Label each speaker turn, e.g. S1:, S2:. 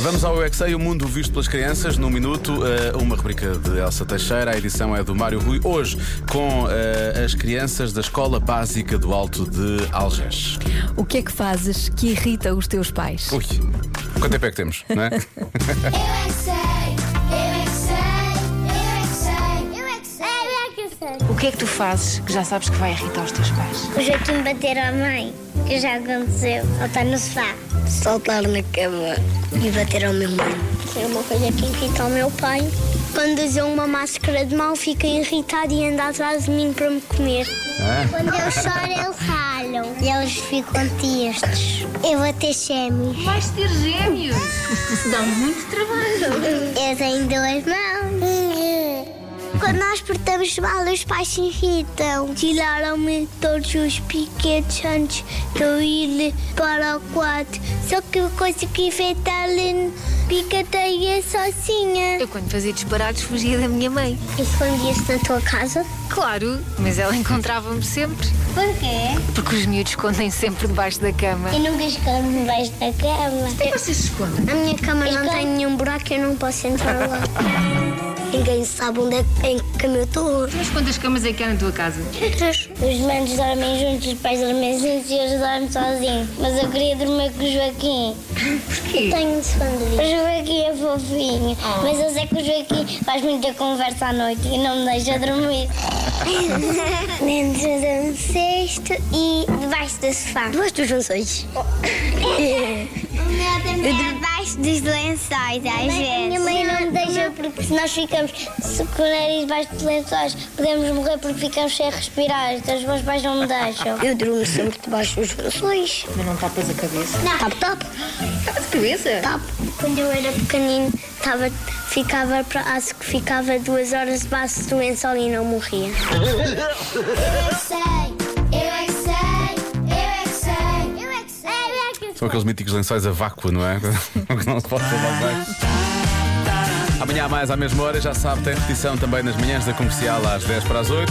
S1: Vamos ao UXA, o mundo visto pelas crianças, num minuto, eh, uma rubrica de Elsa Teixeira, a edição é do Mário Rui, hoje com eh, as crianças da Escola Básica do Alto de Algés.
S2: O que é que fazes que irrita os teus pais?
S1: Ui, quanto tempo é que temos, não é?
S3: Eu é que sei, eu é que sei, eu é que sei, eu é que sei, eu é que sei.
S4: O que é que tu fazes que já sabes que vai irritar os teus pais?
S3: O jeito de me bater à mãe, que já aconteceu, ela está no sofá.
S5: saltar na cama e bater ao meu mãe.
S3: É uma coisa que irrita o meu pai. Quando usa uma máscara de mal, fica irritado e anda atrás de mim para me comer. Quando eu choro, eles ralam. E eles ficam tristes. Eu vou ter gêmeos.
S6: Vais ter gêmeos. Isso dá muito trabalho.
S3: Eu tenho duas mãos. Quando nós portamos mal, os pais se irritam. Tiraram-me todos os piquetes antes de eu ir para o quarto. Só que eu consegui inventar-lhe picateia sozinha.
S6: Eu quando fazia disparados fugia da minha mãe.
S3: Escondias na tua casa?
S6: Claro, mas ela encontrava-me sempre.
S3: Porquê?
S6: Porque os miúdos escondem sempre debaixo da cama.
S3: Eu nunca escondo debaixo da cama.
S6: Vocês se escondem?
S3: A minha cama não tem nenhum buraco, eu não posso entrar lá. Ninguém sabe onde é em que cama eu estou.
S6: Mas quantas camas é que há na tua casa?
S3: Os manos dormem juntos, os pais dormem juntos e eu dormo sozinho. Mas eu queria dormir com o Joaquim.
S6: Porquê?
S3: Tenho de esconder. O Joaquim é fofinho, mas eu sei que o Joaquim faz muita conversa à noite e não me deixa dormir. Dentro de um cesto e debaixo do sofá.
S5: Debaixo dos lençóis.
S3: O meu também é abaixo dos lençóis, às vezes. A minha mãe não me deixa porque se nós ficamos se- com o nariz debaixo dos lençóis, podemos morrer porque ficamos sem respirar. Então os meus pais não me deixam.
S5: Eu durmo sempre debaixo dos lençóis.
S4: Mas não tapas a cabeça.
S5: Tap, tap.
S4: Tapas a cabeça?
S3: Quando eu era pequenino, tava, ficava, pra- acho que ficava duas horas debaixo do lençol e não morria. Eu é sei, eu é que sei, eu é que sei, eu é que sei, eu é que sei.
S1: São aqueles míticos lençóis a vácuo, não é? que não se pode falar mais. Amanhã há mais à mesma hora, já sabe, tem repetição também nas manhãs da comercial às 10 para as 8.